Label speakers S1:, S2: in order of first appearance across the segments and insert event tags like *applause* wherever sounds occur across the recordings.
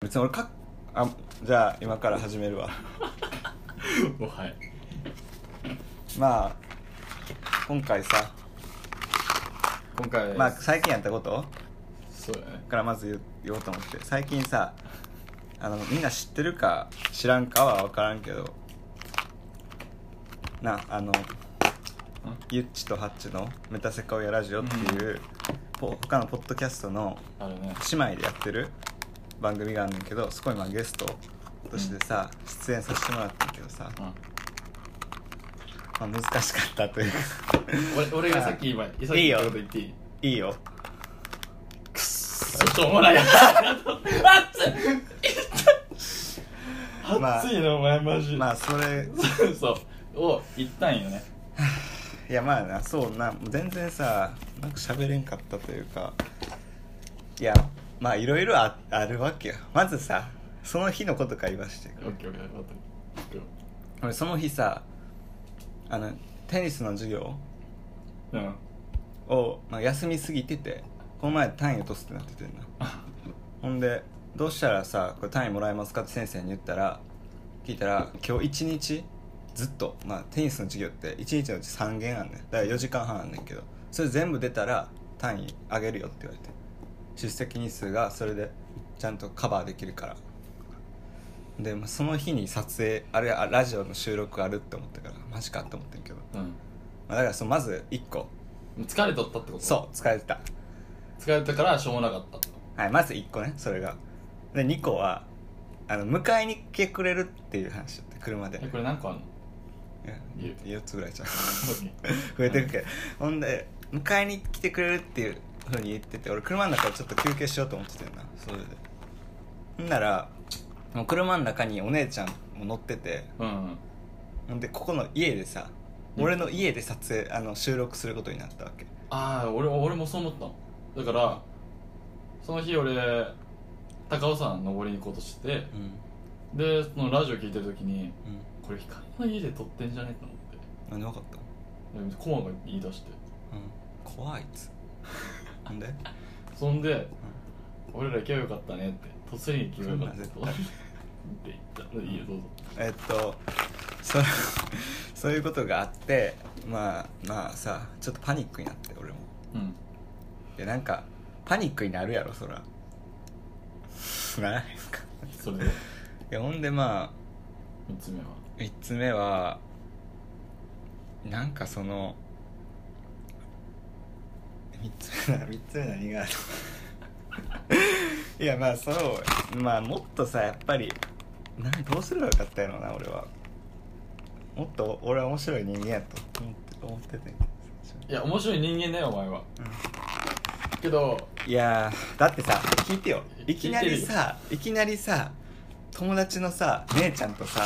S1: 別に俺かあじゃあ今から始めるわ
S2: お *laughs* はい
S1: まあ今回さ、
S2: 今回
S1: まあ、最近やったこと
S2: そうやね
S1: からまず言言おうと思って最近さあのみんな知ってるか知らんかは分からんけどなあのゆっちとハッチの「メタセカオヤラジオ」っていう、ポ他のポッドキャストの
S2: あるね
S1: 姉妹でやってる番組があるんだけどそこにまあゲストとしてさ、出演させてもらったんだけどさ、
S2: うん
S1: まあ、難しかったというか
S2: 俺俺がさっき今潔く
S1: いいよ
S2: 言ったこと言っていい
S1: いいよ
S2: ちょっとおも *laughs* ろいやつ熱い
S1: まあ
S2: 熱いのお前マジ
S1: まあそれ
S2: *laughs* そうそうを言ったんよね
S1: いやまあなそうな全然さなんか喋れんかったというかいやまあいろいろああるわけよまずさその日のことから言わして
S2: オッケーオッケー分かった行
S1: 俺その日さあのテニスの授業
S2: くよ
S1: を、まあ、休みすぎててこの前単位落とすってなっててんなほんでどうしたらさこれ単位もらえますかって先生に言ったら聞いたら今日一日ずっと、まあ、テニスの授業って1日のうち3限あんねんだから4時間半あんねんけどそれ全部出たら単位上げるよって言われて出席日数がそれでちゃんとカバーできるからで、まあ、その日に撮影あれあラジオの収録あるって思ったからマジかって思ってんけど、ま
S2: うんうん
S1: あ、だからそのまず1個
S2: 疲れとったってこと
S1: そう疲れてた
S2: 疲れたからしょうもなかった
S1: はい、まず1個ねそれがで2個はあの迎えに来てくれるっていう話だった車で
S2: えこれ何個あんの言う
S1: 4つぐらいちゃう *laughs* 増えてるけどほんで迎えに来てくれるっていうふうに言ってて俺車の中でちょっと休憩しようと思っててんなそれでほんならもう車の中にお姉ちゃんも乗ってて
S2: *laughs* うんうん
S1: ほんでここの家でさ
S2: うん
S1: 俺の家で撮影あの収録することになったわけ
S2: ああ俺も俺もそう思ったのだからその日俺高尾山登りに行こうとしてて
S1: うん
S2: でそのラジオ聞いてる時に
S1: うん
S2: これ光の家で撮ってんじゃねえと思っ
S1: 何で分かった
S2: てでコマが言い出して
S1: うん怖いっつほんで
S2: そんで俺ら行けばよかったねって突然行けばよかったって
S1: そんな
S2: 言ったいいよどうぞ
S1: えっとそ *laughs* そういうことがあってまあまあさちょっとパニックになって俺も
S2: うん
S1: いやなんかパニックになるやろそら *laughs* ならへんか
S2: それで
S1: いやほんでま
S2: 3つ目は
S1: あ3つ目はなんかその3つ目な3つ目何がある *laughs* いやまあそうまあもっとさやっぱりなどうすればよかったやろな俺はもっと俺は面白い人間やと思って思っててんけど最初
S2: いや面白い人間だよお前はけど
S1: いやーだってさ聞いてよいきなりさいきなりさ友達のさ姉ちゃんとさ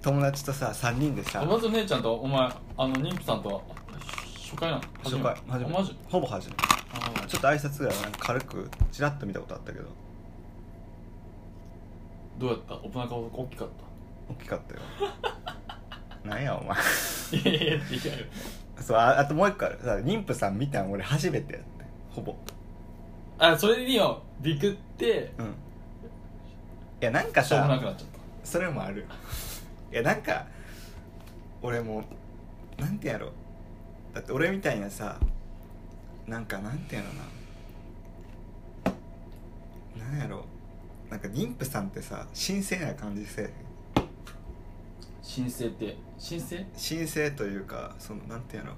S1: 友達とさ3人でさ
S2: まず姉ちゃんとお前あの妊婦さんとは初回なの
S1: 初回
S2: 初め
S1: 初め
S2: あマジ
S1: ほぼ初めち
S2: あー
S1: ょっと挨拶ぐらいはなんか軽くちらっと見たことあったけど
S2: どうやったお腹大きかっ
S1: 大きかった
S2: *laughs*
S1: よなんやお前
S2: た *laughs* いやいやいやいや
S1: そうああともう一個あるさ妊婦さん見たん俺初めてやってほぼ
S2: あそれによビクって
S1: うんいやなんか
S2: しょうもな
S1: さ
S2: くなっちゃっ
S1: それもあるいやなんか俺もなんてやろうだって俺みたいなさなんかなんてやろうななんやろうなんか妊婦さんってさ神聖な感じせえへん
S2: た申請って申請
S1: 神聖というかそのなんていうの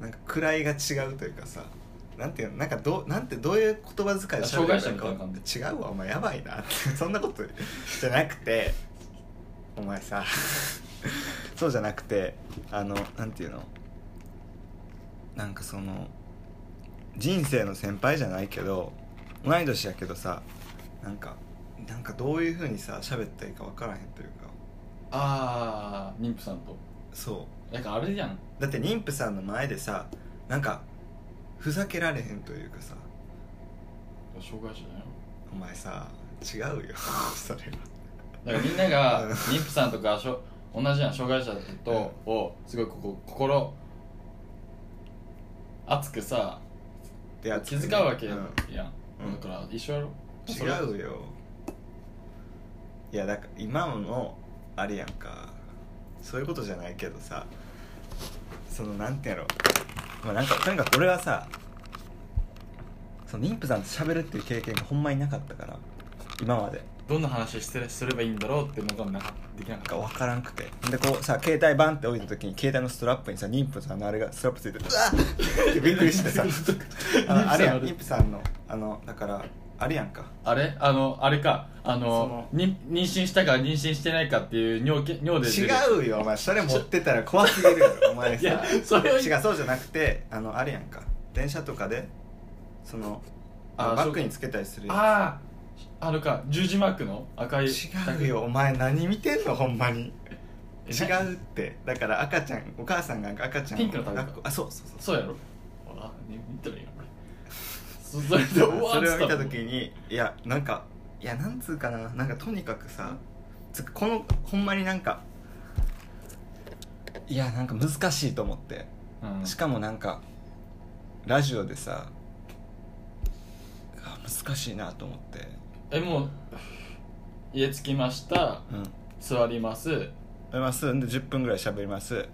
S1: なんか位が違うというかさなんていうのなんかどうなんてどういう言葉遣いで喋ればいいのか
S2: 障害者
S1: 違
S2: み
S1: うわお前やばいなって *laughs* そんなことじゃなくてお前さ *laughs* そうじゃなくてあのなんていうのなんかその人生の先輩じゃないけど同い年やけどさなんかなんかどういうふうにさ喋ったらいいか分からへんというか
S2: ああ妊婦さんと
S1: そう
S2: なんかあれじゃん
S1: だって妊婦さんの前でさなんかふざけられへんというかさ
S2: 障害者だよ
S1: お前さ違うよ *laughs* それは
S2: だからみんな
S1: う
S2: が *laughs*
S1: ん
S2: 妊婦さんとかしょ同じやん障害者とをすごいここ心熱くさ
S1: で
S2: 気遣うわけ
S1: う
S2: や
S1: ん
S2: ん、
S1: うん
S2: だから一緒やろそれは
S1: 違うよいやだから今のあれやんかそういうことじゃないけどさそのなんてやろまあなんかとにかく俺はさその妊婦さんと喋るっていう経験がほんまになかったから今まで
S2: どんな話してすればいいんだろうっていうのがなんかできな
S1: なんか
S2: かっ
S1: 分からんくてでこうさ携帯バンって置いた時に携帯のストラップにさ妊婦さんのあれがストラップついててうわっってびっくりしてさあのあれやん妊婦さんのあのだからあれやんか
S2: たあれあのあれかあのに妊娠したか妊娠してないかっていう尿け尿で出る
S1: 違うよお前それ持ってたら怖すぎ
S2: *laughs*
S1: るやろお前
S2: いや
S1: さ
S2: それを
S1: 違うそうじゃなくてあのあれやんか電車とかでその
S2: あ
S1: バッグ
S2: そう
S1: につけたりするや
S2: あああるか十字マークの赤い
S1: つ違うよお前何見てんのほんまに
S2: え
S1: 違うってだから赤ちゃんお母さんが赤ちゃんを
S2: ピンクのタオル
S1: 抱っこあそうそうそう
S2: そうやろあ見見たらいいやんこれそそれでう
S1: *laughs*
S2: わ
S1: それを見た
S2: っつっ
S1: 時にいやなんかいやなんつうかななんかとにかくさつうかこのほんまになんかいやなんか難しいと思って
S2: たもんうん
S1: しかもなんかラジオでさあ難しいなと思って
S2: えもう家着きました
S1: うん
S2: 座ります
S1: えまあ、すんで10分ぐらい喋ります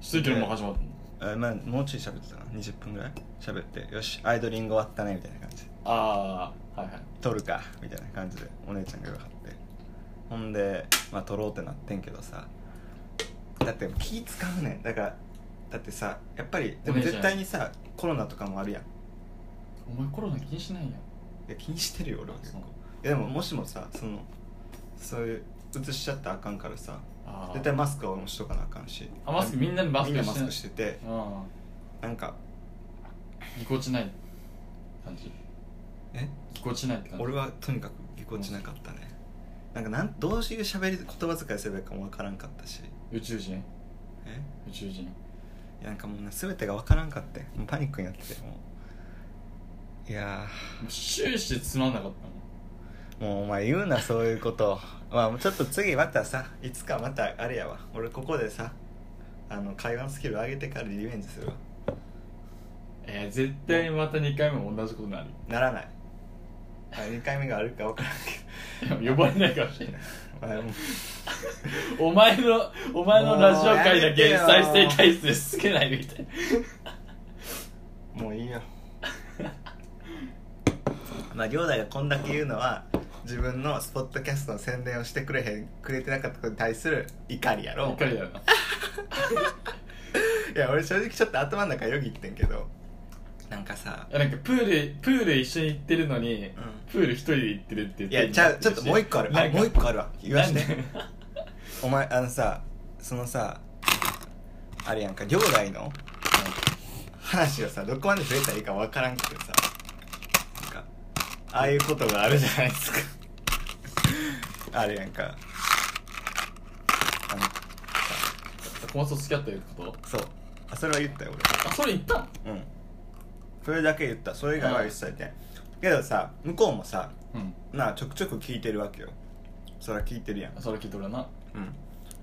S2: 出勤も始まった
S1: えまあ、もうちょい喋ってたな20分ぐらい喋ってよしアイドリング終わったねみたいな感じで
S2: ああはいはい
S1: 撮るかみたいな感じでお姉ちゃんがよかってほんでまあ撮ろうってなってんけどさだって気使うねんだからだってさやっぱりでも
S2: お姉ちゃん
S1: 絶対にさコロナとかもあるやんい
S2: お前コロナ気にしないやん
S1: や気にしてるよ俺は結構
S2: あ
S1: い
S2: そ
S1: やでももしもさそのそういう移しちゃったらあかんからさ
S2: あ
S1: 絶対マスクは俺もしとかなあかんし
S2: あマスクみんなマスク
S1: みんな
S2: して
S1: マ
S2: ない
S1: スクしてて
S2: あ
S1: なんか
S2: ぎこちない感じ
S1: え
S2: ぎこちないって感じ
S1: 俺はとにかくぎこちなかったねなんかなんどういう喋り言葉遣いすればいいかもわからんかったし
S2: 宇宙人
S1: え
S2: 宇宙人
S1: いやなんかもうな全てがわからんかってもうパニックになっててもういや
S2: もう終始つまんなかったも
S1: ー
S2: ん
S1: もうお前言うなそういうこと *laughs* まあちょっと次またさいつかまたあれやわ俺ここでさあの会話のスキル上げてからリベンジするわ
S2: えー、絶対また2回目も同じことになる
S1: ならない2回目があるか分からん
S2: い *laughs* や呼ばれないかもしれない
S1: けど *laughs* まあもう
S2: お前のお前のラジオ界だけ
S1: もう
S2: 再
S1: やめて
S2: 生
S1: よ
S2: 回数少ないみたいな
S1: もういいよ *laughs* まあ亮太がこんだけ言うのは自分のスポットキャストの宣伝をしてくれへんくれてなかったことに対する怒りやろ
S2: 怒りだない
S1: や俺正直ちょっと頭の中よぎってんけどなんかさ
S2: いやなんかプールプール一緒に行ってるのに、プール一人で行ってるって言っ
S1: い
S2: て
S1: やちゃうちょっともう一個あるあ
S2: なんか
S1: もう一個あるわ言わして
S2: なん *laughs* で
S1: お前あのさそのさあれやんか両外の話をさどこまで触れたらいいか分からんけどさなんかああいうことがあるじゃないですか *laughs* あれやんかあのさ
S2: コマソ付き合ってること
S1: そうあそれは言ったよ
S2: あそれ言ったの
S1: 俺うんそれだけ言ったそれ以外は一切ねけどさ向こうもさ
S2: うん
S1: なあちょくちょく聞いてるわけよそら聞いてるやん
S2: それ聞いとるな
S1: う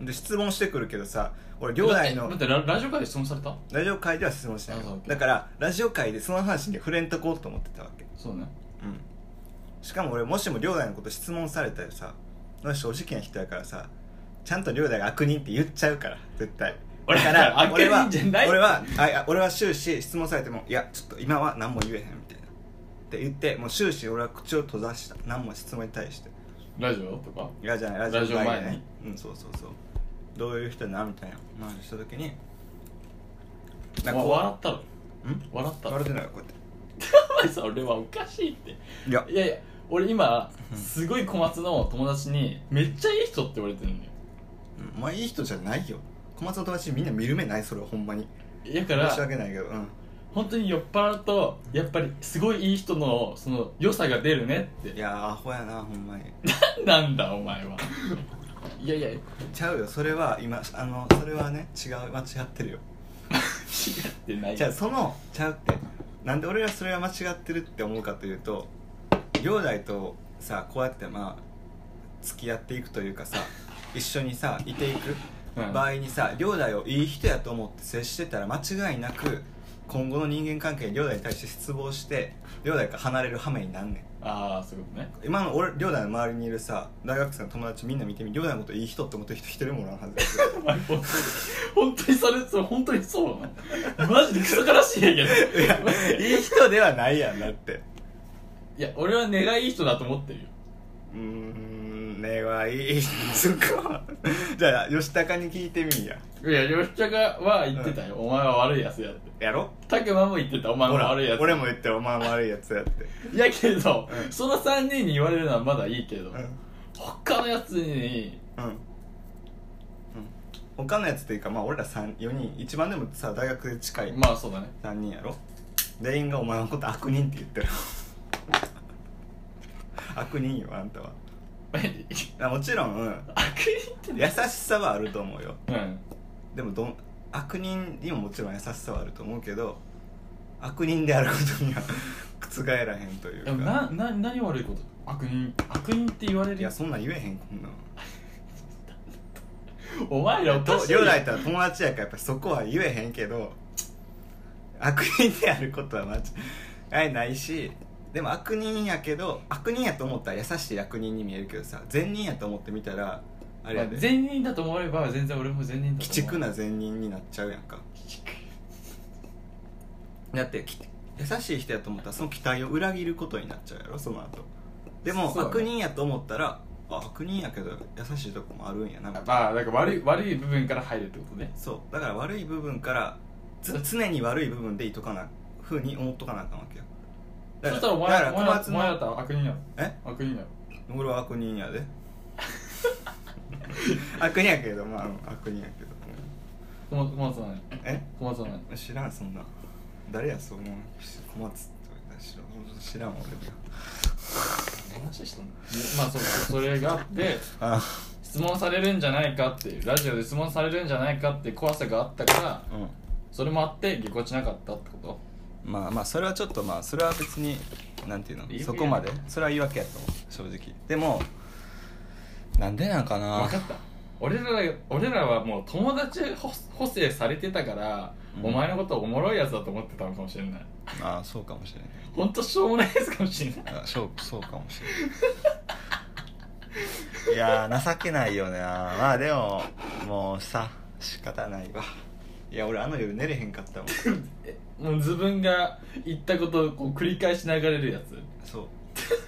S1: んで質問してくるけどさ俺両代の
S2: だってだってララジオ界で質問された
S1: ラジオ界では質問しない
S2: あそう
S1: よ
S2: OK
S1: だからラジオ界でその話に触れんとこうと思ってたわけ
S2: そうね
S1: うんしかも俺もしも両代のこと質問されたらさ俺正直な人やからさちゃんと両代が悪人って言っちゃうから絶対
S2: 俺
S1: だから
S2: 悪人
S1: 俺は
S2: じゃない
S1: 俺はあいや俺は終始質問されても「いやちょっと今は何も言えへん」みたいなって言ってもう終始俺は口を閉ざした何も質問に対して
S2: ラジオとか
S1: いやじゃないラ
S2: ジ
S1: ジ
S2: オ
S1: オ
S2: 前
S1: 前
S2: に
S1: ねうんそうそうそうどういう人なみたいな話した時になんか
S2: わ
S1: こう
S2: 笑ったろ
S1: ん
S2: 笑ったろ
S1: 笑ってないよこうやっ
S2: お前さ俺はおかしいって
S1: ていや
S2: いやいや俺今すごい小松の友達にめっちゃいい人って言われてるんだよ
S1: お前いい人じゃないよ小松の友達みんな見る目ないそれはほんまに
S2: だか
S1: 申し
S2: ら
S1: 訳ないけどうん
S2: 本当に酔っ払うとやっぱりすごいいい人のその良さが出るねっ
S1: い
S2: て
S1: やアホやなほん
S2: *laughs*
S1: まに
S2: なんだお前はいやいや違っ
S1: ちゃうよそれは今あのそれはね違う間違ってるよ
S2: てない
S1: じゃあそのちゃうってなんで俺らそれは間違ってるって思うかというと両代とさこうやってまあ付き合っていくというかさ一緒にさいていく
S2: うん
S1: 場合にさ両代をいい人やと思って接してたら間違いなく今後の人間関係両大に対して失望して両大から離れる羽目になんねん
S2: ああそういうことね *laughs*
S1: 今の俺両大の周りにいるさ大学生の友達みんな見てみ両大のこといい人って思ってる人一人もおらんはずですよ
S2: *laughs* 本当に本当にそれそれ本当にそうなのマジでクソ悲しいんやけど
S1: いやいい人ではないやんだって
S2: いや俺は根がいい人だと思ってるよ
S1: うーん根はいいそっか *laughs* じゃあ吉高に聞いてみんや
S2: いや吉高は言ってたよ、お前は悪いやつやって
S1: やろ
S2: 拓磨も言ってたお前も
S1: ほら
S2: 悪いやつ
S1: 俺も言ってお前も悪いやつ
S2: *laughs*
S1: やって、
S2: やけど、
S1: うん
S2: その3人に言われるのはまだいいけど、
S1: うんうん
S2: 他のやつに
S1: うん他のやつっていうかまあ俺ら4人一番でもさ大学で近い
S2: まあそうだね *laughs*
S1: 3人やろ全員がお前のこと悪人って言ってる *laughs* 悪人よあんたは
S2: え
S1: あもちろん、うん
S2: 悪人って
S1: 優しさはあると思うよ
S2: うん
S1: でもどん悪人にももちろん優しさはあると思うけど悪人であることには覆らへんという
S2: でも
S1: か
S2: なな何悪いこと悪人悪人って言われ
S1: い
S2: る
S1: や
S2: や
S1: そんなん言えへんこんなん
S2: お前らおかしい
S1: 両大
S2: や
S1: とは友達やからやっぱそこは言えへんけど悪人であることは間違いないしでも悪人やけど悪人やと思ったら優しい悪人に見えるけどさ善人やと思ってみたらあれや
S2: ま
S1: で
S2: あ善人だと思えば全然俺も善
S1: 鬼
S2: 人だと思
S1: 畜
S2: う
S1: な善人になっちゃうやんかだってき優しい人やと思ったらその期待を裏切ることになっちゃうやろその後でも、
S2: そうだね
S1: 悪人やと思ったらあ悪人やけど優しいとこもあるんやなみたいな
S2: まあなんか悪い悪い部分から入るってことね
S1: そうだから悪い部分からつ常に悪い部分でいとかなふうに思っとかなあかんわけよ
S2: そ
S1: だか
S2: したらお前
S1: だから
S2: らお
S1: 小
S2: 前ら
S1: 松
S2: お前らだ
S1: の
S2: ったら悪人やろ
S1: え
S2: 悪人やろ
S1: 俺は悪人や
S2: *laughs*
S1: で悪人やけどまあうん悪人やけど
S2: 小松小松さん何
S1: え
S2: 小松さん何
S1: 知らんそんな誰やそう思う小松って知らん知らん俺も
S2: 話してんのまあそうそれがあって
S1: あ
S2: 質問されるんじゃないかっていうラジオで質問されるんじゃないかって怖さがあったから
S1: う
S2: それもあってぎこちなかったってこと
S1: んまあまあそれはちょっとまあそれは別になんていうの
S2: 言い訳
S1: そこまでそれは言い訳やと思う正直でもなんでなんかな
S2: 分かった俺らが俺らはもう友達補補正されてたから、
S1: うん
S2: お前のことおもろいやつだと思ってたのかもしれない
S1: ああそうかもしれない
S2: 本当しょうもないやつかもしれない
S1: あそうそうかもし
S2: *laughs*
S1: れないいやー情けないよねまあでももうさ仕方ないわいや俺あの夜寝れへんかったもん
S2: もう自分が言ったことをこう繰り返し流れるやつ
S1: そ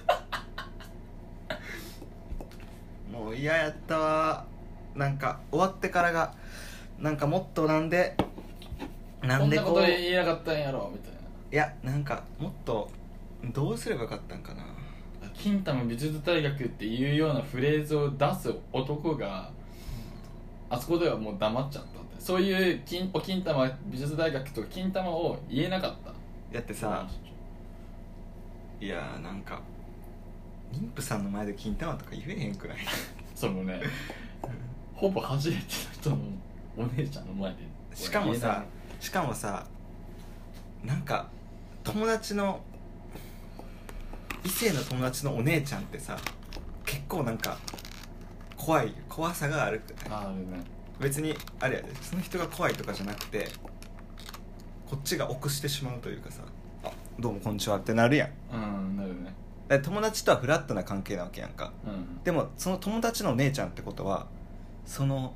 S1: う *laughs* もう嫌やったわなんか終わってからがなんかもっとなんでなんで
S2: こ
S1: こう
S2: んなこと言えなかったんやろみたい
S1: いやなんかもっとどうすればよかったんかな
S2: な金玉美術大学っていうようなフレーズを出す男があそこではもう黙っちゃったってそういう金お金玉美術大学とか金玉を言えなかった
S1: だってさいやーなんか妊婦さんの前で金玉とか言えへんくらい
S2: そ
S1: *laughs*
S2: のねほぼ初めての人のお姉ちゃんの前で
S1: しかもさしかもさなんか友達の異性の友達のお姉ちゃんってさ結構なんか怖い怖さがあるくない
S2: ああれね
S1: 別にあれやでその人が怖いとかじゃなくてこっちが臆してしまうというかさ「あどうもこんにちは」ってなるやん
S2: うんなるね
S1: だから友達とはフラットな関係なわけやんか
S2: うん
S1: でもその友達のお姉ちゃんってことはその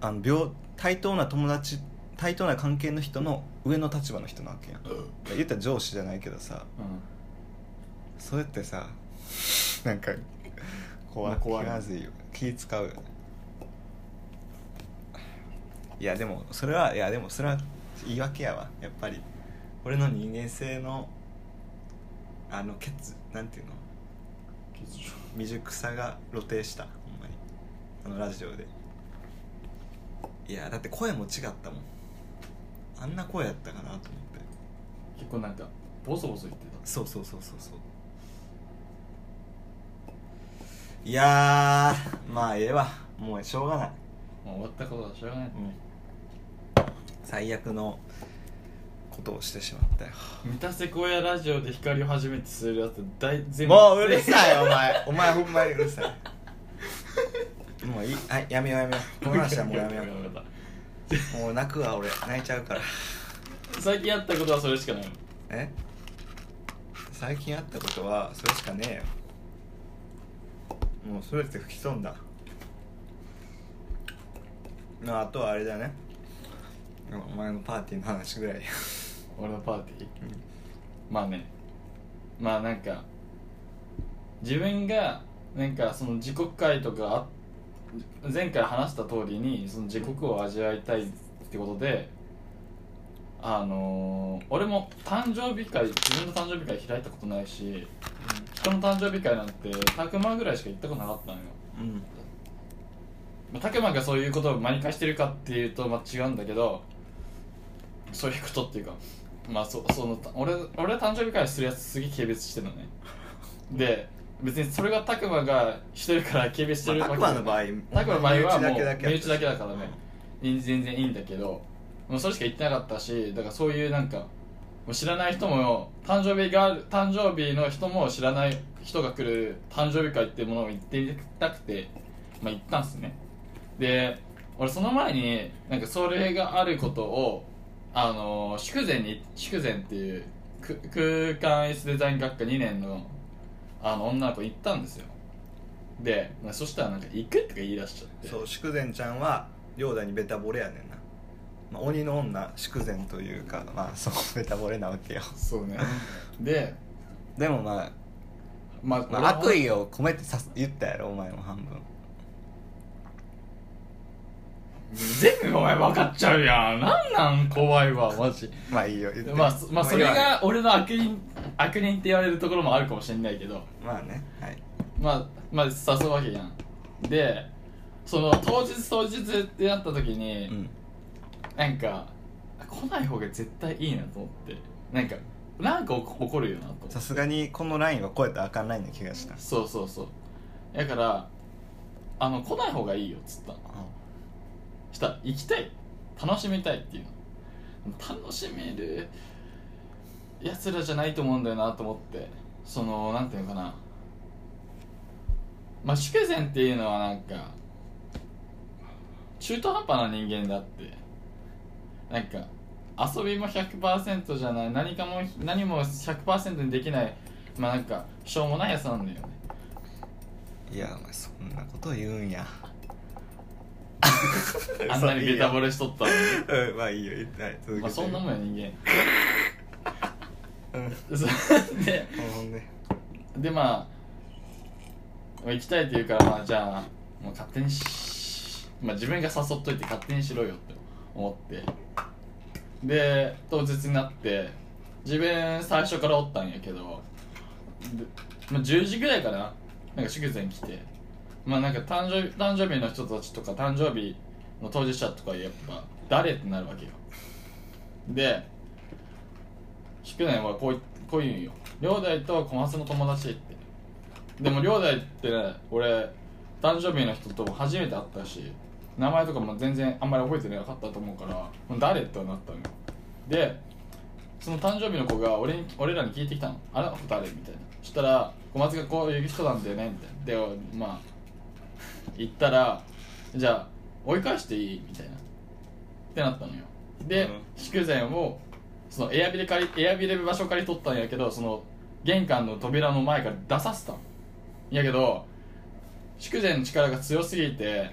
S1: あの病対等な友達対等な関係の人の上の立場の人なわけやん言ったら上司じゃないけどさ
S2: うん
S1: それってさなんか怖
S2: まあ怖い
S1: 気まずいよ気使うよねいやでもそれはいやでもそれは言い訳やわやっぱり俺の人間性のあのケツなんていうの未熟さが露呈したほんまにあのラジオでいやだって声も違ったもんあんな声やったかなと思って
S2: 結構なんかボソボソ言って
S1: そうそうそうそうそういやーまあええわもうしょうがない、
S2: た、まあ、終わったことはしょうがない
S1: 最悪のことをしてしまったよ
S2: 三田セコやラジオで光を初めてするやつ大全
S1: もううるさいお前お前ほんまにうるさ
S2: *laughs*
S1: いもういいはいやめようやめようこの話はもうやめよう
S2: 全部
S1: もう泣くわ俺泣いちゃうから
S2: 最近やったことはそれしかない
S1: え最近あったことはそれしかねえよもうそれって吹き飛んだまああとはあれだねお前のパーティーの話ぐらい
S2: 俺のパーティーまあねまあなんか自分がなんかその自国会とかあ前回話した通りにその自国を味わいたいってことであのー俺も誕生日会自分の誕生日会開いたことないし人の誕生日会なんてたくまぐらいしか行ったことなかったのよ
S1: うん、うん、
S2: まあ、タケマがそういうことをマニカしてるかっていうと、まあ、違うんだけどそういうことっていうか、まあ、そそのた俺俺は誕生日会するやつすげえ軽蔑してるのねで別にそれがタクマがしてるから軽蔑してる
S1: まあ
S2: わけじゃない
S1: 拓真の場合
S2: 拓真の場合は
S1: 身内
S2: もう
S1: だけだけ
S2: 身内だけだからね全然いいんだけどもうそれしか言ってなかったしだからそういうなんかもう知らない人も誕生日がある誕生日の人も知らない人が来る誕生日会っていうものを行ってみたくて、まあ、行ったんですねで俺その前になんかそれがあることをあのー筑前に筑前っていうく空間 S デザイン学科2年のあの女の子行ったんですよで、まあ、そしたらなんか行くとか言い出しちゃって
S1: そう筑前ちゃんは亮太にベタボレやねんな、まあ、鬼の女筑前というかまあそうベタボレなわけよ
S2: そうねで
S1: でもまあ、
S2: まあ、
S1: まあ、悪意を込めてさす言ったやろお前も半分
S2: 全部お前分かっちゃうやんなんなん怖いわマジ
S1: まあいいよ言って
S2: まあ、そまあそれ
S1: 言わない
S2: が俺の悪人悪人って言われるところもあるかもしれないけど
S1: まあねはい
S2: まあまあ誘うわけやんでその当日当日ってなった時に、
S1: うん
S2: なんか来ない方が絶対いいなと思ってなんかなんか起こるよなと思って
S1: さすがにこのラインは超えたらあかんラインな気がした
S2: そうそうそうだからあの来ない方がいいよっつったのしたら行きたい楽しみたいっていうの楽しめるやつらじゃないと思うんだよなと思ってそのなんていうのかなまあ祝前っていうのはなんか中途半端な人間だってなんか遊びも100%じゃない何かも何も100%にできないまあなんかしょうもないやつなんだよね
S1: いやお前そんなこと言うんや
S2: *laughs* あんなにベタボ
S1: レ
S2: レしとったのに
S1: うんまあいいよ言ってない続けて
S2: まあそんなもんや人
S1: うん
S2: 間そう *laughs* で
S1: ほんね
S2: でまあ行きたいって言うからまあじゃあもう勝手にし、まあ、自分が誘っといて勝手にしろよって思ってで当日になって自分最初からおったんやけどでまあ、10時ぐらいかななんか祝前来てまあなんか誕生日誕生日の人たちとか誕生日の当事者とかやっぱ誰ってなるわけよで祝前はこういこう言うんよ両弟と小松の友達ってでも両弟ってね俺誕生日の人とも初めて会ったし名前とかも全然あんまり覚えてなかったと思うからもう誰ってなったのよでその誕生日の子が俺に俺らに聞いてきたの「あれ誰?」みたいなそしたら「小松がこういう人なんだよね」みたいなでまあ言ったら「じゃあ追い返していい?」みたいなってなったのよで、
S1: うん
S2: 祝前をそのエアビで借りエアビで場所借り取ったんやけどその玄関の扉の前から出させたんやけど祝前の力が強すぎて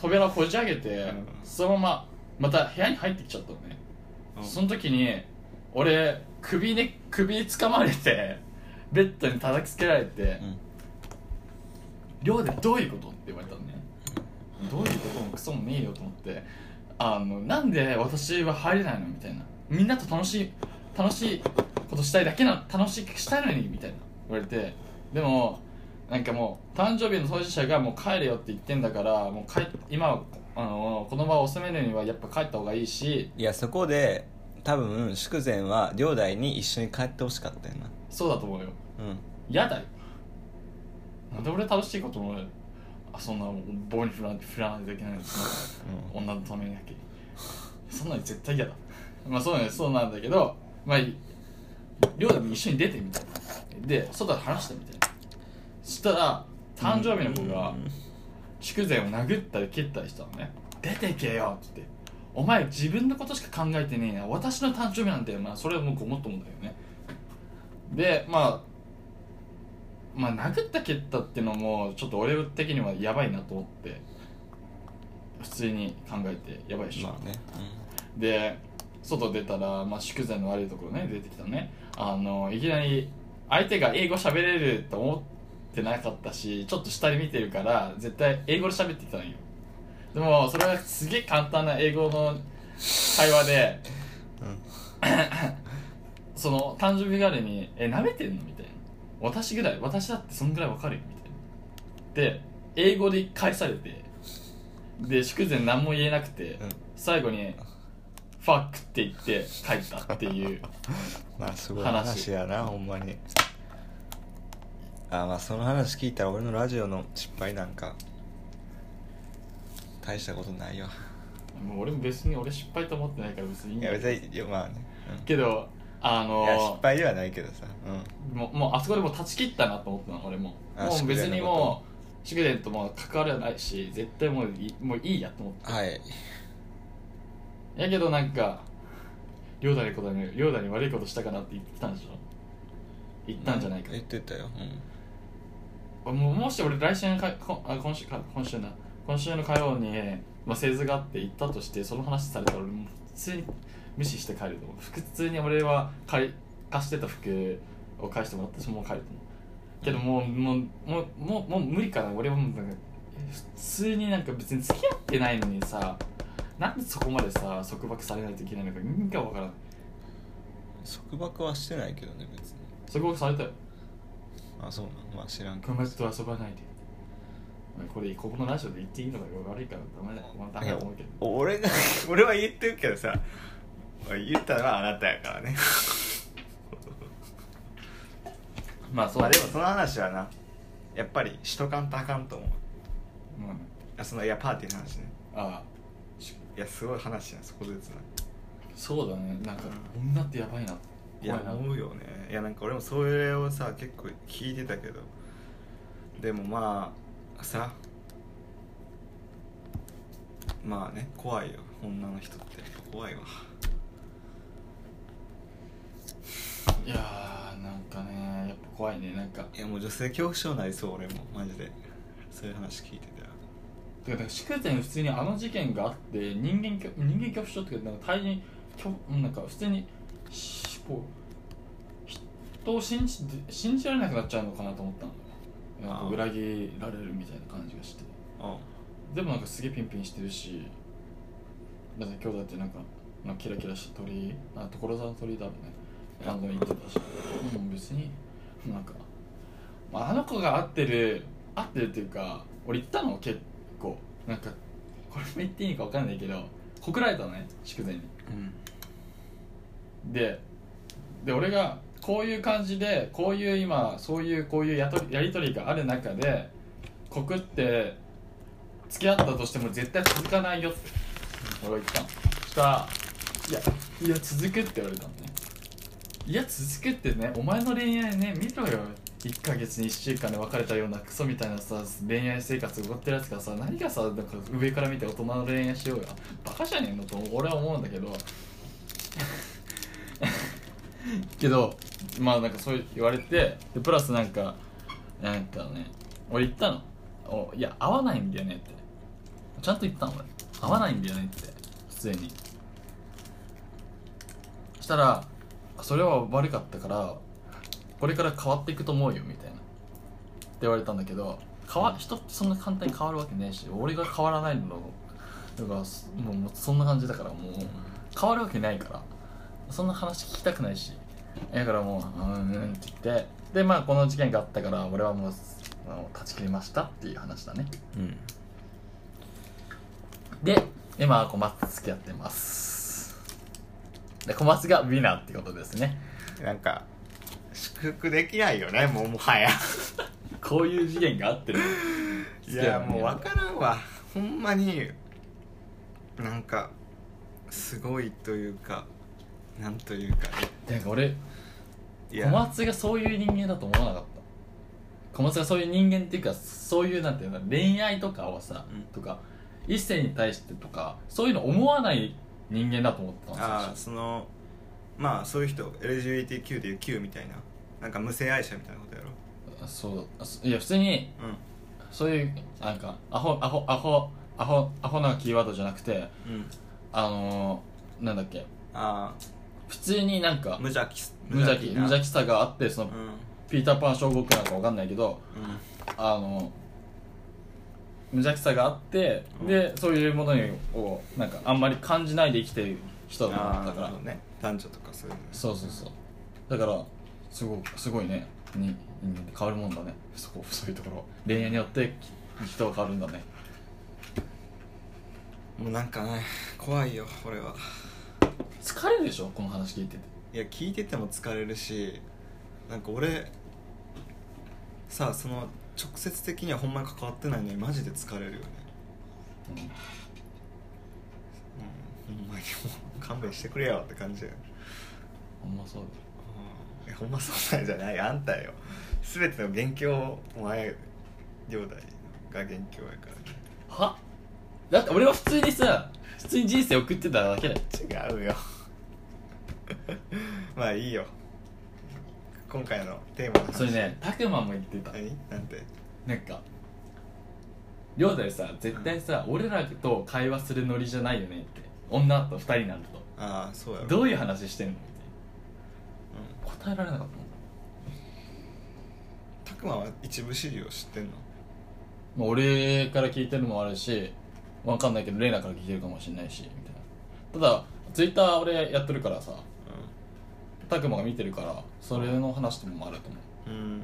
S2: 扉をこじ上げて、
S1: うん
S2: そのまままた部屋に入ってきちゃったのねその時に俺首ね首掴まれてベッドに叩きつけられて
S1: うん
S2: 「寮でどういうこと?」って言われたのねどういうこともクソもねえよと思ってあのなんで私は入れないのみたいなみんなと楽しい楽しいことしたいだけな楽しくしたいのにみたいな言われてでもなんかもう誕生日の当事者がもう帰れよって言ってんだからもう帰っ今はあのこの場を収めるにはやっぱ帰った方がいいし
S1: いやそこで多分祝前は両弟に一緒に帰ってほしかったよな
S2: そうだと思うよ
S1: うん
S2: やだよなんで俺楽しいこともあそんな棒に振ら振らないといけないの女のためにだけそんなに絶対嫌だまあそう,、ね、そうなんだけどまあいい亮太も一緒に出てみたいなで外で話してみたいなそしたら誕生日の子が
S1: うん
S2: 筑前を殴ったり蹴ったりしたのね出てけよって言ってお前自分のことしか考えてねえな私の誕生日なんだよなそれはもうごもっともだよねでまあまあ殴った蹴ったっていうのもちょっと俺的にはやばいなと思って普通に考えてやばいっしょ、
S1: まあね、
S2: で外出たら、まあ、宿膳の悪いところね出てきたねあのいきなり相手が英語喋れると思ってなかったしちょっと下で見てるから絶対英語で喋ってきたのよでもそれはすげえ簡単な英語の会話で、
S1: うん
S2: *laughs* その誕生日代わりに「え舐めてんの?」みたいな「私ぐらい私だってそんぐらいわかるよ」みたいなで英語で返されてで祝膳何も言えなくて、
S1: うん
S2: 最後に「ファック」って言って帰ったっていう
S1: まあすごい
S2: 話
S1: 話やなほんまにあまあその話聞いたら俺のラジオの失敗なんか大したことないよ
S2: もう俺も別に俺失敗と思ってないから別にいいん
S1: い
S2: だ
S1: や
S2: けど
S1: 別によまあね、
S2: けどあ
S1: うん、いや失
S2: の
S1: 敗ではないけどさ、うん、
S2: もうもうあそこでもう断ち切ったなと思ったの俺も
S1: あ
S2: もう別にも
S1: 宿
S2: う祝電とも関わりはないし絶対もういもういいやと思っ
S1: はい
S2: てやけどなんか亮太にことに亮太に悪いことしたかなって言ってきたんでしょ言ったんじゃないか
S1: 言ってたよ、うん
S2: もうもし俺来週のかこあ今週か今週な今週の火曜に、まあ、製図があって行ったとしてその話されたら俺もう普通に無視して帰ると思う普通に俺は借り貸してた服を返してもらったしもう帰ると思うけどもうもうもうもうもう無理かな俺はもうなんか普通になんか別に付き合ってないのにさなんでそこまでさ束縛されないといけないのか意味がわからない
S1: 束縛はしてないけどね別に
S2: 束縛されたよ
S1: あそうなんまあ知らんけど
S2: 友達と遊ばないでお前これここのラジオで言っていいのか悪いからダメだお前ダメだと思うけど
S1: お俺が俺は言ってるけどさ言ったのはあなたやからね
S2: まあそう
S1: まあ
S2: だ
S1: でもその話はなやっぱりしとかんとあかんと思う
S2: うん、あ
S1: あそのいやパーティーの話ね
S2: あ
S1: いやすごい話やんそこずつな
S2: そうだねなんか女ってやばいない
S1: や
S2: 怖いな
S1: 思うよねいやなんか俺もそれをさ結構聞いてたけどでもまあさまあね怖いよ女の人って怖いわ
S2: いやーなんかねやっぱ怖いねなんか
S1: いやもう女性恐怖症になりそう俺もマジでそういう話聞いてたら
S2: てかだから宿典普通にあの事件があって人間恐人間恐怖症っていうかなんか大変恐うんなんか普通にしこう人を信じて信じられなくなっちゃうのかなと思ったのよなんか
S1: ああ
S2: 裏切られるみたいな感じがして
S1: あ
S2: でもなんかすげえピンピンしてるしだって今日だってなんかなんかキラキラした鳥あ所沢の鳥だろうね何度も言ってたしもう別になんかまああの子が合ってる合ってるっていうか俺言ったの結構なんかこれも言っていいのか分かんないけど告られたのね筑前に
S1: うん
S2: でで俺がこういう感じでこういう今そういうこういうやとやり取りがある中で告って付き合ったとしても絶対続かないよって俺は言ったのそしたら「いやいや続く」って言われたのね「いや続く」ってねお前の恋愛ね見ろよ1ヶ月に1週間で別れたようなクソみたいなさ恋愛生活を送ってるやつがさ何がさなんか上から見て大人の恋愛しようよバカじゃねえのと俺は思うんだけどけどまあなんかそう言われてでプラスなんかなんかね俺言ったのおいや合わないんだよねってちゃんと言ったの俺合わないんだよねって普通にそしたらそれは悪かったからこれから変わっていくと思うよみたいなって言われたんだけど変わ人ってそんな簡単に変わるわけねえし俺が変わらないのだからすもうもうそんな感じだからもう変わるわけないからそんな話聞きたくないしだからもううんうんって言ってでまあこの事件があったから俺はもうあの断ち切りましたっていう話だね
S1: うん
S2: で今は小松と付き合ってますで小松がウィナーってことですね
S1: なんか祝福できないよねもうもはや
S2: こういう事件があってる
S1: いやもう分からんわほんまになんかすごいというかなんというか
S2: てか俺
S1: い
S2: 小松がそういう人間だと思わなかった小松がそういう人間っていうかそういうなんていうの恋愛とかをさ、
S1: うん
S2: とか一世に対してとかそういうの思わない人間だと思ってたんですよ
S1: ああそのまあそういう人 LGBTQ でいう Q みたいななんか無性愛者みたいなことやろ
S2: そうあそいや普通に
S1: う
S2: そういうなんかアホアホアホアホアホなキーワードじゃなくて
S1: んうん
S2: あのー、なんだっけ
S1: あ
S2: 普通になん
S1: あ
S2: か
S1: 無邪気
S2: 無邪気無邪
S1: 気
S2: 気さがあってその
S1: うんうん
S2: ピーター・パン症候群なんかわかんないけどあの無邪気さがあって、
S1: うん
S2: でそういうものをなんかあんまり感じないで生きてる人だと思
S1: あ
S2: っ
S1: あ
S2: た
S1: な
S2: か
S1: る
S2: ら
S1: ほどね男女とかそういうのね
S2: そうそうそうだからすごいすごいねに人間って変わるもんだねそこそういうところ恋愛によってき人が変わるんだね
S1: もうなんかね怖いよ俺は
S2: 疲れるでしょこの話聞いてて
S1: いや聞いてても疲れるしなんか俺さあその直接的にはほんまに関わってないのにマジで疲れるよねうんほんまにもう勘弁してくれよって感じだよ
S2: うんほんまそうだよ
S1: うんえほんまそうなんじゃないあんたよ全ての元凶お前兄弟が元凶やから
S2: はだって俺は普通にさ普通に人生送ってただけだよ
S1: ね違うよ *laughs* まあいいよ今回のテーマの話
S2: それねたくまも言ってた
S1: 何なんて
S2: なんか亮太さ絶対さ、俺らと会話するノリじゃないよねって女と二人になる
S1: ああそうや
S2: と
S1: ろ
S2: どういう話してんのって
S1: うん
S2: 答えられなかったもん
S1: たくまは一部始終を知ってんの
S2: まあ俺から聞いてるのもあるしわかんないけどレイナから聞いてるかもしれないしみたいなただツイッター俺やってるからさたくまが見てるからそれの話とかもあると思う
S1: うんうんは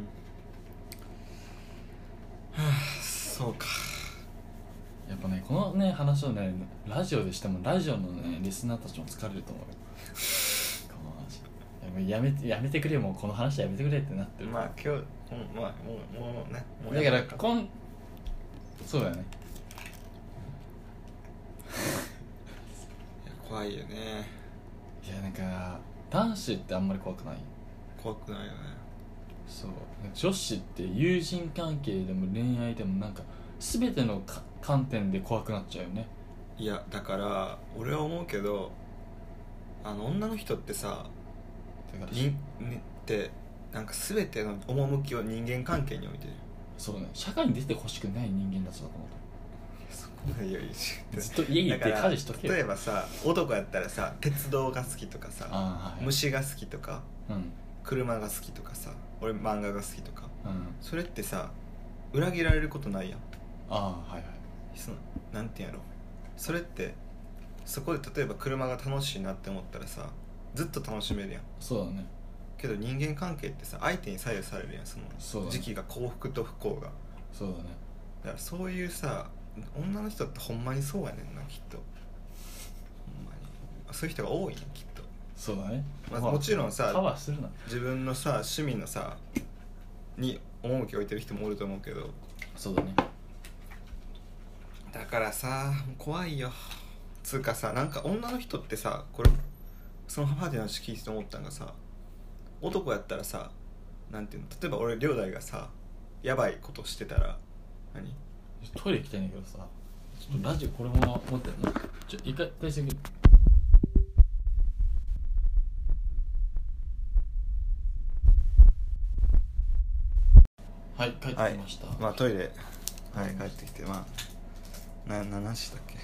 S1: あそうか
S2: やっぱねこのね話をねラジオでしてもラジオのねリスナーたちも疲れると思うよこの話やめやめてやめてくれよもうこの話やめてくれってなってる
S1: まあ今日、うん、まあもうもうねもう
S2: だ
S1: や
S2: か
S1: め
S2: ら
S1: よう
S2: こんそうだよね
S1: いや怖いよね
S2: いやなんか男子ってあんまり怖くない
S1: 怖くないよね
S2: そう女子って友人関係でも恋愛でもなんか全てのか観点で怖くなっちゃうよね
S1: いやだから俺は思うけどあの女の人ってさ
S2: だから
S1: ににってなんか全ての趣を人間関係に置いてる
S2: そうね社会に出てほしくない人間たちだと思う
S1: そこまで言う
S2: ずっと家にいて家事しとけよ
S1: 例えばさ男やったらさ鉄道が好きとかさ
S2: ああはい
S1: 虫が好きとか
S2: うん
S1: 車が好きとかさ俺漫画が好きとか
S2: うん
S1: それってさ裏切られることないやん
S2: ああはいはい
S1: そのなんていうんやろそれってそこで例えば車が楽しいなって思ったらさずっと楽しめるやん
S2: そうだね
S1: けど人間関係ってさ相手に左右されるやんそ
S2: そうだ
S1: の
S2: ね
S1: 時期が幸福と不幸がだ
S2: そうだね
S1: からそういうさ女の人ってほんまにそうやねんなきっとほんまにそういう人が多いねきっと、
S2: そうだね、
S1: まあ、もちろん
S2: カ
S1: さ
S2: バーするな
S1: 自分のさ趣味のさに趣を置いてる人もおると思うけど
S2: そうだね
S1: だからさ怖いよつうかさなんか女の人ってさこれそのパーティーの話聞いてて思ったんがさ男やったらさなんていうの例えば俺両大がさやばいことしてたら何
S2: トイレ行きたいんだけどさちょっとラジオこれも持ってるのちょ一回体勢はい帰ってきました、
S1: まあトイレはい帰ってきてまあな何時だっけ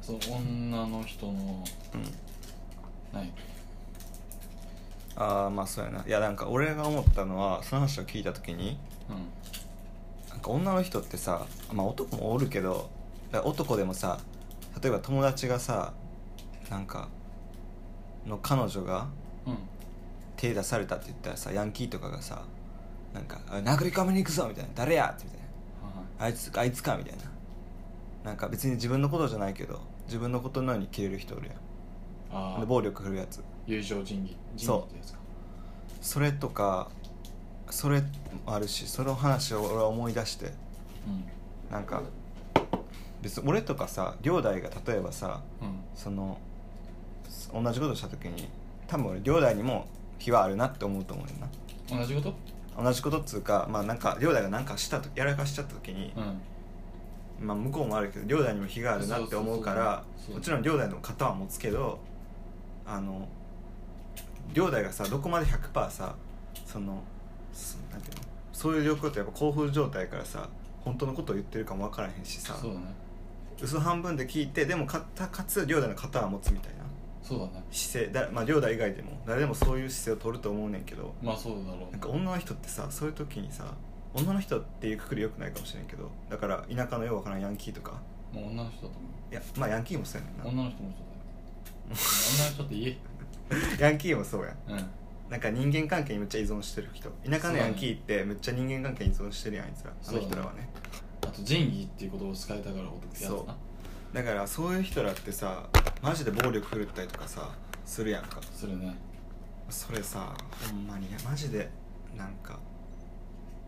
S2: そう女の人の
S1: うん
S2: ない
S1: ああまあそうやないやなんか俺が思ったのはその話を聞いた時に
S2: う
S1: なんか女の人ってさ、まあ、男もおるけどだから男でもさ例えば友達がさなんかの彼女が
S2: んうん
S1: 手出されたって言ったらさヤンキーとかがさなんかあ殴り込みに行くぞみたいな誰やってみたいなあいつあいつかみたいななんか別に自分のことじゃないけど自分のことのように切れる人おるや
S2: あ
S1: んで
S2: あ
S1: 暴力振るやつ
S2: 友情人義人義
S1: そう
S2: ってやつか
S1: それとかそれもあるしその話を俺は思い出して
S2: う
S1: なんか別に俺とかさ両代が例えばさ
S2: んうん
S1: その同じことした時に多分俺両代にも非はあるなって思うと思うよ
S2: 同じこと
S1: な同じことっつうかまあなんか両代がなんかしたとやらかしちゃった時に、
S2: うん
S1: まあ、向こうもあるけど両大にも非があるなって思うから
S2: そうそうそうそう
S1: もちろん両大の型は持つけどあの両大がさどこまで100%さそのそなんていうのそういう状況ってやっぱ興奮状態からさ本当のことを言ってるかも分からへんしさ
S2: そうだね
S1: 嘘半分で聞いてでもかかつ両大の型は持つみたいな
S2: そうだね
S1: 姿勢だ、まあ、両大以外でも誰でもそういう姿勢を取ると思うねんけど
S2: まあそうだろうね
S1: なんか女の人ってさそういう時にさ女の人っていうくくりよくないかもしれんけどだから田舎のようわからんヤンキーとか
S2: もう女の人だと
S1: いやまあヤンキーもそうやねんな
S2: 思う女の人もそうだよ女の人って
S1: *laughs*
S2: 言
S1: ヤンキーもそうや
S2: えうん
S1: なんか人間関係にめっちゃ依存してる人田舎のヤンキーってめっちゃ人間関係に依存してるやんあいつらあの人らはね
S2: あと仁義っていう言葉を使いたがる男ってやつ
S1: そう
S2: な
S1: だからそういう人らってさマジで暴力振るったりとかさするやんか
S2: それね
S1: それさほんまにマジでなんか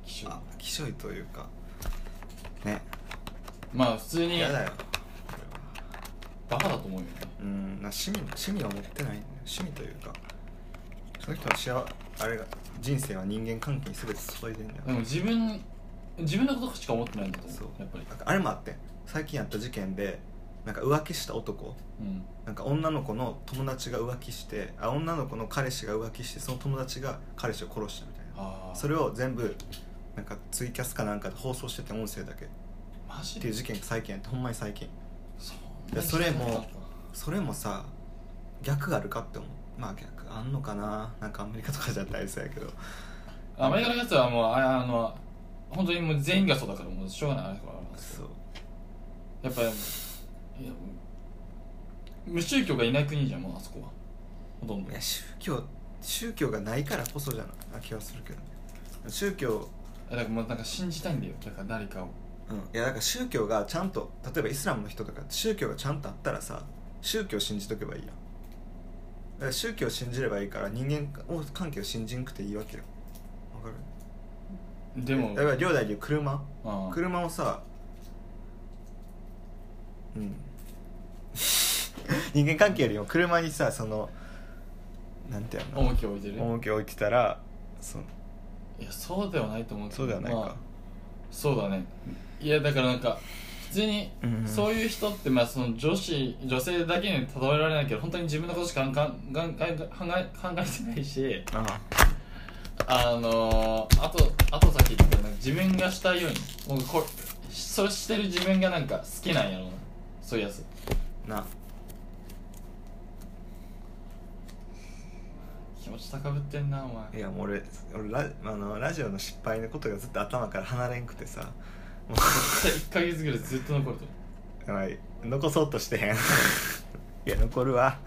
S2: 気象
S1: あきしょいというかね
S2: まあ普通に
S1: 嫌だよ
S2: バカだと思うよね
S1: うんな趣味趣味は持ってないんだよ趣味というかその人の幸あれが人生は人間関係に全て注いでんだよ、
S2: でも自分自分のことしか思ってないんだと思
S1: そう
S2: うやっぱり
S1: なんかあれもあってん最近あった事件でなんか浮気した男
S2: うん
S1: なんか女の子の友達が浮気してあ女の子の彼氏が浮気してその友達が彼氏を殺したみたいな
S2: ああ
S1: それを全部なんかツイキャスかなんかで放送してて音声だけっ
S2: マジ
S1: てい
S2: で
S1: う事件が最近やってほんまに最近
S2: そ
S1: いやそれもそれもさ逆あるかって思うまあ逆あんのかななんかアメリカとかじゃ大そうやけど
S2: アメリカのやつはもうああの本当にもう全員がそうだからもうしょうがないあれから
S1: そう
S2: やっぱりいや無宗教がいない国じゃんもうあそこはほとんど
S1: いや宗教宗教がないからこそじゃないな気はするけどね宗教
S2: だからもうなんか信じたいんだよだから誰かを
S1: うんいやだから宗教がちゃんと例えばイスラムの人とか宗教がちゃんとあったらさ宗教を信じとけばいいやんだから宗教を信じればいいから人間関係を信じんくていいわけよわかる
S2: でも
S1: だから両代で言う車
S2: ああ
S1: 車をさうん *laughs* 人間関係よりも車にさそのなんていうの
S2: 重きを置いてる
S1: 重きを置いてたらそう
S2: いやそうではないと思うけど
S1: そうではないか、
S2: まあそうだねいやだからなんか普通に
S1: うん
S2: そういう人ってまあその女子女性だけに例えられないけど本当に自分のことしか考え考え考え考えてないし
S1: あ
S2: あのー、あとあと先言ってなんか自分がしたいようにもうこそうしてる自分がなんか好きなんやろうなそういうやつ
S1: あな
S2: 気持ち高ぶってんなお
S1: い
S2: 前
S1: やもう俺俺ラあのラジオの失敗のことがずっと頭から離れんくてさもう *laughs*
S2: 1ヶ月ぐらいずっと残ると
S1: やばい残そうとしてへん *laughs* いや残るわ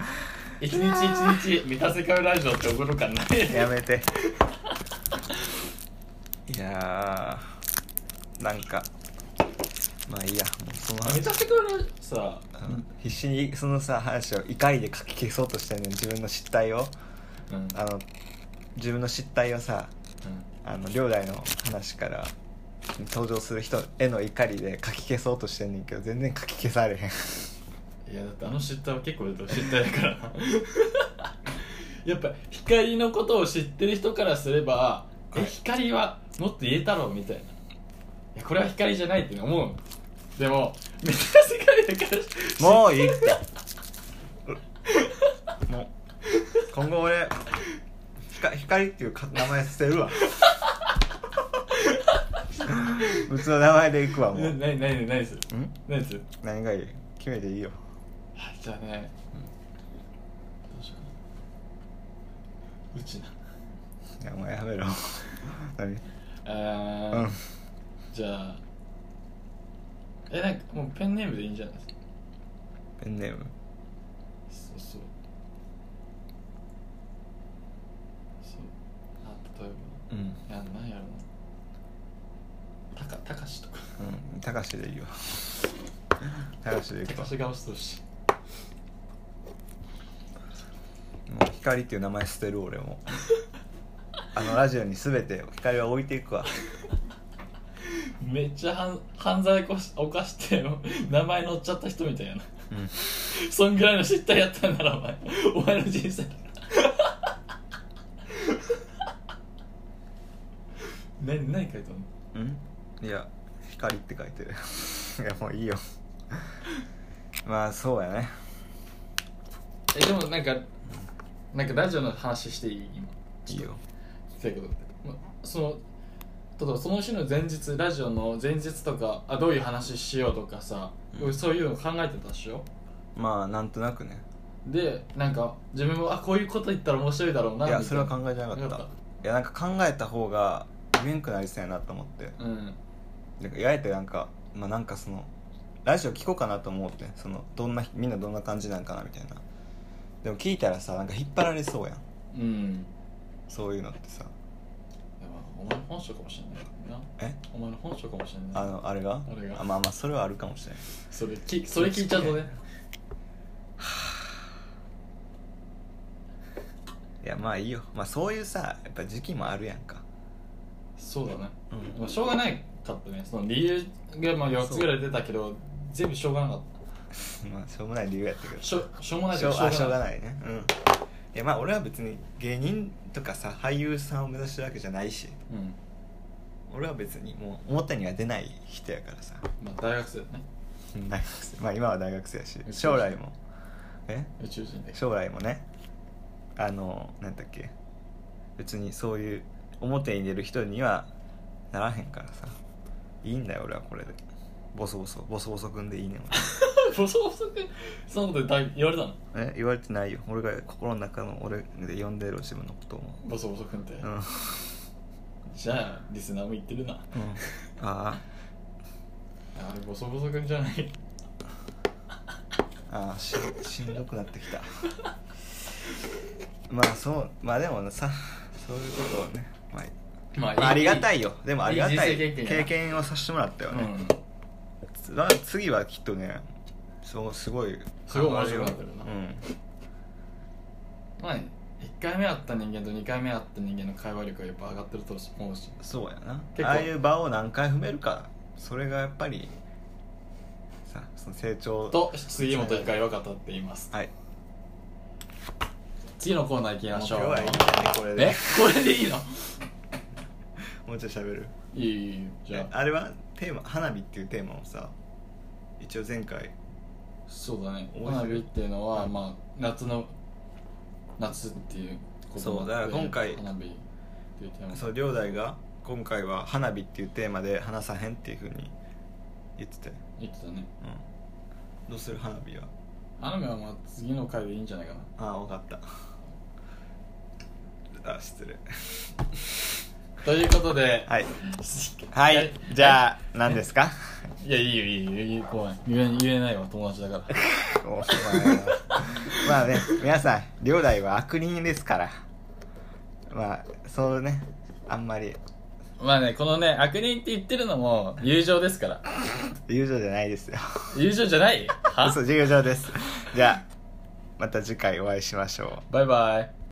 S2: 一日一日「メタセカウラジオ」って怒るかんない *laughs*
S1: やめていやーなんかまあいいやもうその
S2: メタセカウラジオさ
S1: うん必死にそのさ話を怒りでかき消そうとしてんねん自分の失態を
S2: うん、うん
S1: あの自分の失態をさあの両代の話から登場する人への怒りでかき消そうとしてんねんけど全然かき消されへん
S2: いやだってあの失態は結構失態だから *laughs* なやっぱ光のことを知ってる人からすれば「
S1: は
S2: え
S1: い
S2: 光はもっと言えたろ」みたいな「いやこれは光じゃない」って思うでもめっちゃ世界だから
S1: もういいってもう今後俺ひか光っていうか名前捨てるわうちの名前でいくわもう
S2: なな何何です
S1: ん
S2: 何です
S1: 何がいい決めていいよ
S2: あじゃあね、どうしよううちない
S1: やもうやめろ *laughs* 何
S2: あ
S1: う
S2: ー
S1: ん
S2: じゃあえなんかもうペンネームでいいんじゃないですか
S1: ペンネーム
S2: そうそうそうあ例え
S1: うんうん
S2: ばいやなんやろなたかたかしとか
S1: たかしでいいよたかしでい
S2: た
S1: く
S2: か
S1: わ
S2: し顔してほしい
S1: もう光っていう名前捨てる俺もあのラジオに全て光は置いていくわ
S2: めっちゃ犯犯罪こし犯して名前乗っちゃった人みたいやな
S1: うん
S2: そんぐらいの失態やったんならお前お前の人生だから *laughs* 何何書いたの
S1: うんいや光って書いてる *laughs* いやもういいよ *laughs* まあそうやね
S2: えでもなんかなんかラジオの話していい今
S1: いいよ
S2: そうやけどまその例えばその週の前日ラジオの前日とかあどういう話しようとかさ、
S1: うん
S2: そういうの考えてたっしょ
S1: まあなんとなくね
S2: でなんか自分もあこういうこと言ったら面白いだろうないみたい
S1: や
S2: な
S1: それは考えてなかった
S2: なかっ
S1: いやなんか考えた方が言えんくなりそうやなと思って
S2: たうん
S1: なんかやえてなんかまあなんかそのラジオ聞こうかなと思ってそのどんなみんなどんな感じなんかなみたいなでも聞いたらさなんか引っ張られそうやん
S2: うん
S1: そういうのってさ
S2: でもお前の本性かもしれないからな
S1: え
S2: お前の本性かもしれない
S1: あのあれが
S2: あれが
S1: あまあまあそれはあるかもしれない
S2: それきそれ聞いちゃうとね
S1: いやまあいいよまあそういうさやっぱ時期もあるやんか
S2: そうだね、
S1: うん
S2: まあ、しょうがないかったねその理由がまあ4つぐらい出たけど全部しょうがなかっ
S1: まあしょうもない理由やったけど
S2: たしょしょうもない
S1: し
S2: け
S1: ょ
S2: ど
S1: う
S2: しょう
S1: あしょう
S2: が
S1: が
S2: ない
S1: ないねうんいやまあ俺は別に芸人とかさ俳優さんを目指してるわけじゃないし
S2: うん
S1: 俺は別にもう表には出ない人やからさ
S2: まあ大学生だね
S1: 大学生まあ今は大学生やし
S2: 宇宙人
S1: 将来もえ
S2: 宇宙人で
S1: 将来もねあのなんだっけ別にそういう表に出る人にはならへんからさいいんだよ俺はこれでボソボソボソボソくんでいいねん
S2: *laughs* ボソボソくんそんなこと言われたの
S1: 俺え言われてないよ俺が心の中の俺で呼んでる自分のことを
S2: ボソボソくんって、
S1: うん、うん、あ
S2: じゃあリスナーも言ってるな
S1: あ
S2: あれボソボソくんじゃない
S1: ああししんどくなってきた *laughs* まあそうまあでもさそういうことをね、まあ、
S2: *laughs* ま
S1: まあ、ありがたい
S2: よ、
S1: よでもありがた
S2: い
S1: い
S2: い人生経験やな
S1: 経験をさせてもらったよ
S2: う
S1: ね、
S2: ん、
S1: つまあ次はきっとねそうすごい
S2: すごい面白くなってるな
S1: うん
S2: まあ1回目会った人間と2回目会った人間の会話力がやっぱ上がってると思うし
S1: そうやな
S2: 結構
S1: ああいう場を何回踏めるかそれがやっぱりさその成長
S2: と杉本光良かったって言います
S1: はい
S2: 次のコーナー行きましょう
S1: もう今日はいいんじゃないこれ
S2: え
S1: で
S2: これでいいの
S1: もうちょい喋る
S2: いいいいいいじゃ
S1: え
S2: あ
S1: あれはテーマ花火っていうテーマをさ一応前回
S2: そうだね
S1: 面白い
S2: 花火っていうのは、
S1: うん
S2: まあ夏の夏っていうこと
S1: そうだから今回
S2: 花火っていうテーマ
S1: そう両大が今回は花火っていうテーマで話さへんっていうふうに言ってて、うん、
S2: 言ってたね
S1: どうする花火は
S2: 花火はまあ次の回でいいんじゃないかな
S1: ああ分か *laughs* ったあ失礼
S2: ということで、
S1: はいはいじゃあ何です
S2: *laughs*
S1: か
S2: いやいいよいいよいいよごめん言え言えないわ友達だから
S1: お前はまあね皆さん両大は悪人ですからまあそうねあんまり
S2: まあねこのね悪人って言ってるのも友情ですから
S1: 友情じゃないですよ
S2: 友情じゃ
S1: *laughs*
S2: ないは *laughs*
S1: 嘘友情ですじゃあまた次回お会いしましょう
S2: バイバイ